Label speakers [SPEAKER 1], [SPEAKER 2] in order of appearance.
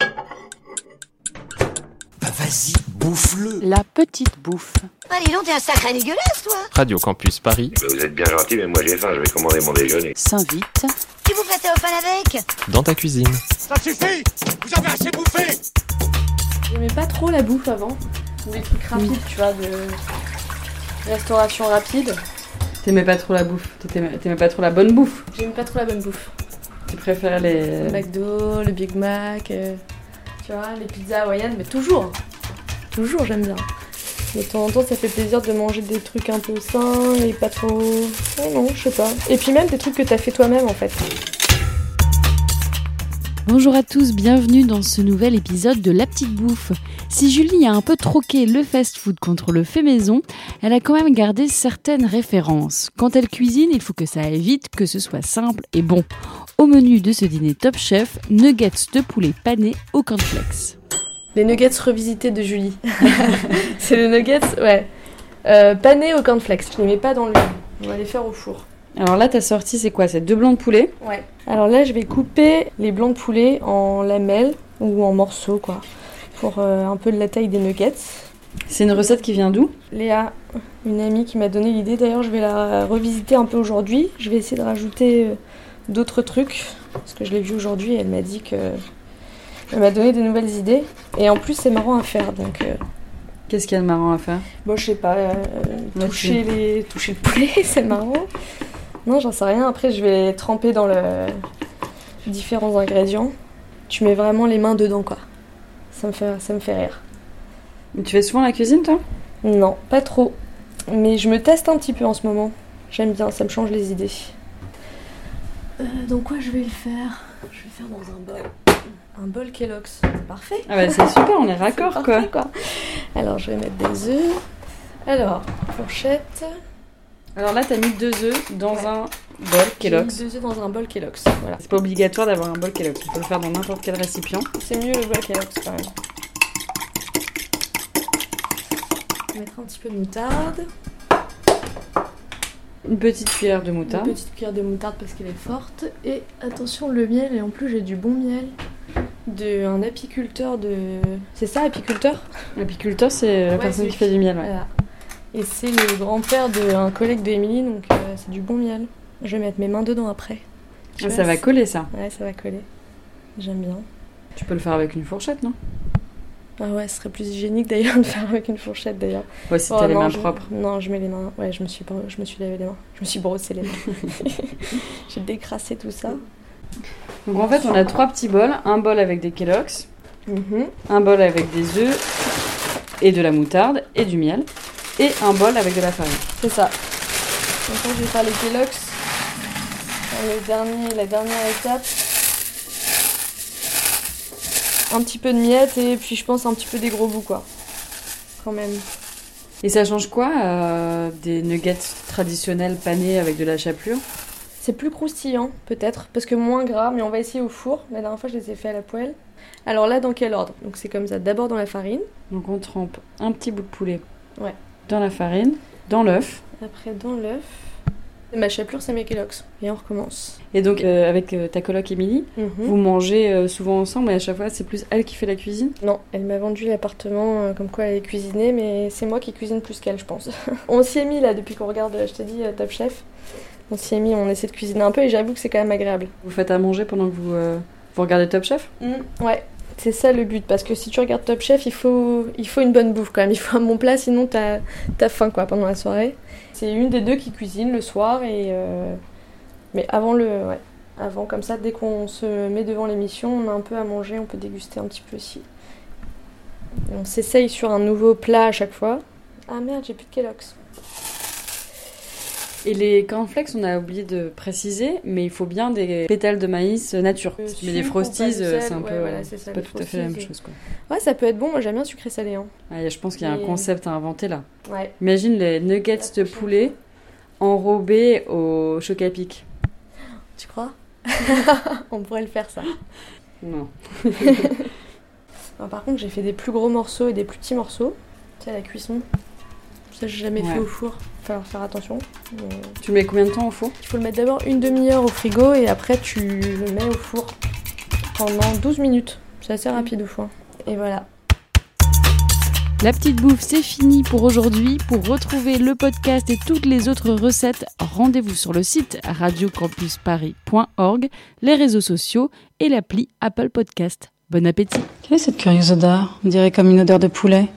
[SPEAKER 1] Bah, Vas-y, bouffe-le
[SPEAKER 2] La petite bouffe.
[SPEAKER 3] Allez, non, t'es un sacré dégueulasse, toi
[SPEAKER 4] Radio Campus Paris,
[SPEAKER 5] Ben, Vous êtes bien gentil, mais moi j'ai faim, je vais commander mon déjeuner.
[SPEAKER 2] S'invite.
[SPEAKER 3] Tu vous prêtais au fan avec
[SPEAKER 4] dans ta cuisine.
[SPEAKER 1] Ça suffit Vous avez assez bouffé
[SPEAKER 6] J'aimais pas trop la bouffe avant. Des trucs rapides, tu vois, de restauration rapide.
[SPEAKER 7] T'aimais pas trop la bouffe, t'aimais t'aimais pas trop la bonne bouffe.
[SPEAKER 6] J'aimais pas trop la bonne bouffe.
[SPEAKER 7] Tu préfères les.
[SPEAKER 6] Le McDo, le Big Mac, euh, tu vois, les pizzas hawaïennes, mais toujours. Toujours, j'aime bien. Mais de temps en temps, ça fait plaisir de manger des trucs un peu sains et pas trop. Ouais, non, je sais pas. Et puis même des trucs que t'as fait toi-même en fait.
[SPEAKER 8] Bonjour à tous, bienvenue dans ce nouvel épisode de La Petite Bouffe. Si Julie a un peu troqué le fast-food contre le fait maison, elle a quand même gardé certaines références. Quand elle cuisine, il faut que ça aille vite, que ce soit simple et bon. Au menu de ce dîner Top Chef, nuggets de poulet pané au cornflakes.
[SPEAKER 6] Les nuggets revisités de Julie. C'est les nuggets, ouais. Euh, panés au cornflakes. Je les mets pas dans l'huile. On va les faire au four.
[SPEAKER 7] Alors là, t'as sorti, c'est quoi C'est deux blancs de poulet.
[SPEAKER 6] Ouais. Alors là, je vais couper les blancs de poulet en lamelles ou en morceaux, quoi. Pour euh, un peu de la taille des nuggets.
[SPEAKER 7] C'est une recette qui vient d'où
[SPEAKER 6] Léa, une amie qui m'a donné l'idée. D'ailleurs, je vais la revisiter un peu aujourd'hui. Je vais essayer de rajouter euh, d'autres trucs parce que je l'ai vue aujourd'hui et elle m'a dit que elle m'a donné de nouvelles idées. Et en plus, c'est marrant à faire. Donc, euh,
[SPEAKER 7] Qu'est-ce qu'il y a de marrant à faire
[SPEAKER 6] bon, je sais pas, euh,
[SPEAKER 7] Là,
[SPEAKER 6] toucher les, toucher le poulet, c'est marrant. Non, j'en sais rien. Après, je vais les tremper dans le différents ingrédients. Tu mets vraiment les mains dedans, quoi. Ça me fait, ça me fait rire.
[SPEAKER 7] Mais Tu fais souvent la cuisine, toi
[SPEAKER 6] Non, pas trop. Mais je me teste un petit peu en ce moment. J'aime bien, ça me change les idées. donc Euh, quoi je vais le faire Je vais le faire dans un bol. Un bol Kellogg's, c'est parfait.
[SPEAKER 7] Ah bah c'est super, on est raccord
[SPEAKER 6] C'est
[SPEAKER 7] quoi.
[SPEAKER 6] parfait, Alors je vais mettre des œufs. Alors, fourchette.
[SPEAKER 7] Alors là, t'as mis deux œufs dans
[SPEAKER 6] Ouais.
[SPEAKER 7] un bol Kellogg's.
[SPEAKER 6] J'ai mis Deux œufs dans un bol Kellogg's. Voilà.
[SPEAKER 7] C'est pas obligatoire d'avoir un bol Kellogg's, tu peux le faire dans n'importe quel récipient.
[SPEAKER 6] C'est mieux le bol Kellogg's quand même. Je vais mettre un petit peu de moutarde.
[SPEAKER 7] Une petite cuillère de
[SPEAKER 6] Une
[SPEAKER 7] moutarde.
[SPEAKER 6] petite cuillère de moutarde parce qu'elle est forte. Et attention, le miel, et en plus j'ai du bon miel d'un apiculteur de. C'est ça, apiculteur
[SPEAKER 7] L'apiculteur, c'est la
[SPEAKER 6] Ouais,
[SPEAKER 7] personne
[SPEAKER 6] c'est-
[SPEAKER 7] qui fait du miel. ouais.
[SPEAKER 6] Voilà. Et c'est le grand-père d'un collègue de Émilie, donc euh, c'est du bon miel. Je vais mettre mes mains dedans après. Je
[SPEAKER 7] Ah,
[SPEAKER 6] sais
[SPEAKER 7] ça
[SPEAKER 6] pas
[SPEAKER 7] va
[SPEAKER 6] si-
[SPEAKER 7] coller ça.
[SPEAKER 6] Ouais, ça va coller. J'aime bien.
[SPEAKER 7] Tu peux le faire avec une fourchette, non
[SPEAKER 6] Ah ouais, ce serait plus hygiénique d'ailleurs de faire avec une fourchette d'ailleurs.
[SPEAKER 7] Ouais, si
[SPEAKER 6] Oh,
[SPEAKER 7] t'as les
[SPEAKER 6] non,
[SPEAKER 7] mains
[SPEAKER 6] je-
[SPEAKER 7] propres.
[SPEAKER 6] Non, je mets les mains. Ouais, je me suis, bro- je me suis lavé les mains. Je me suis brossé les mains. J'ai décrassé tout ça.
[SPEAKER 7] Donc en fait, on a trois petits bols. Un bol avec des Kellogg's, un bol avec des œufs et de la moutarde et du miel. Et un bol avec de la farine.
[SPEAKER 6] C'est ça. Maintenant, je vais faire les Kellogg's. Le dernier, la dernière étape. Un petit peu de miettes et puis je pense un petit peu des gros bouts, quoi. Quand même.
[SPEAKER 7] Et ça change quoi euh, des nuggets traditionnels panés avec de la chapelure
[SPEAKER 6] C'est plus croustillant, peut-être, parce que moins gras, mais on va essayer au four. La dernière fois, je les ai fait à la poêle. Alors là, dans quel ordre Donc, c'est comme ça. D'abord dans la farine,
[SPEAKER 7] Donc on trempe un petit bout de poulet
[SPEAKER 6] Ouais.
[SPEAKER 7] dans la farine, dans l'œuf.
[SPEAKER 6] après dans l'œuf. Et Ma chapelure, c'est mes Kellogg's. Et on recommence.
[SPEAKER 7] Et donc euh, avec euh, ta coloc Émilie,
[SPEAKER 6] Mhm.
[SPEAKER 7] vous mangez euh, souvent ensemble et à chaque fois c'est plus elle qui fait la cuisine
[SPEAKER 6] Non, elle m'a vendu l'appartement euh, comme quoi elle est cuisinée, mais c'est moi qui cuisine plus qu'elle, je pense. on s'y est mis là depuis qu'on regarde, euh, je t'ai dit, euh, Top Chef. On s'y est mis, on essaie de cuisiner un peu et j'avoue que c'est quand même agréable.
[SPEAKER 7] Vous faites à manger pendant que vous, euh, vous regardez Top Chef
[SPEAKER 6] Mm, Ouais, c'est ça le but, parce que si tu regardes Top Chef, il faut, il faut une bonne bouffe quand même, il faut un bon plat, sinon t'as as faim quoi pendant la soirée. C'est une des deux qui cuisine le soir et. euh, Mais avant le. Ouais. Avant, comme ça, dès qu'on se met devant l'émission, on a un peu à manger, on peut déguster un petit peu aussi. Et on s'essaye sur un nouveau plat à chaque fois. Ah merde, j'ai plus de Kellogg's.
[SPEAKER 7] Et les cornflakes, on a oublié de préciser, mais il faut bien des pétales de maïs euh, nature.
[SPEAKER 6] Euh,
[SPEAKER 7] mais des
[SPEAKER 6] sucre,
[SPEAKER 7] frosties,
[SPEAKER 6] ou pas de
[SPEAKER 7] euh,
[SPEAKER 6] sel,
[SPEAKER 7] c'est un
[SPEAKER 6] ouais,
[SPEAKER 7] peu
[SPEAKER 6] voilà,
[SPEAKER 7] euh,
[SPEAKER 6] c'est ça,
[SPEAKER 7] pas
[SPEAKER 6] les
[SPEAKER 7] tout à fait la même
[SPEAKER 6] frosties.
[SPEAKER 7] chose. Quoi.
[SPEAKER 6] Ouais, ça peut être bon, moi j'aime bien sucré salé. Hein.
[SPEAKER 7] Ah, je pense qu'il y a
[SPEAKER 6] Et-
[SPEAKER 7] un concept à inventer là.
[SPEAKER 6] Ouais.
[SPEAKER 7] Imagine les nuggets de poulet enrobés au choc à pic.
[SPEAKER 6] Tu crois On pourrait le faire ça.
[SPEAKER 7] Non.
[SPEAKER 6] Ah, par contre, j'ai fait des plus gros morceaux et des plus petits morceaux. C'est à la cuisson. Ça, j'ai jamais fait
[SPEAKER 7] Ouais.
[SPEAKER 6] au four. Falloir faire attention. Mais euh,
[SPEAKER 7] Tu mets combien de temps au four
[SPEAKER 6] Il faut le mettre d'abord une demi-heure au frigo et après tu le mets au four pendant 12 minutes. C'est assez rapide au four. Et voilà.
[SPEAKER 8] La petite bouffe, c'est fini pour aujourd'hui. Pour retrouver le podcast et toutes les autres recettes, rendez-vous sur le site radiocampusparis.org, les réseaux sociaux et l'appli Apple Podcast. Bon appétit
[SPEAKER 9] Quelle est cette curieuse odeur On dirait comme une odeur de poulet.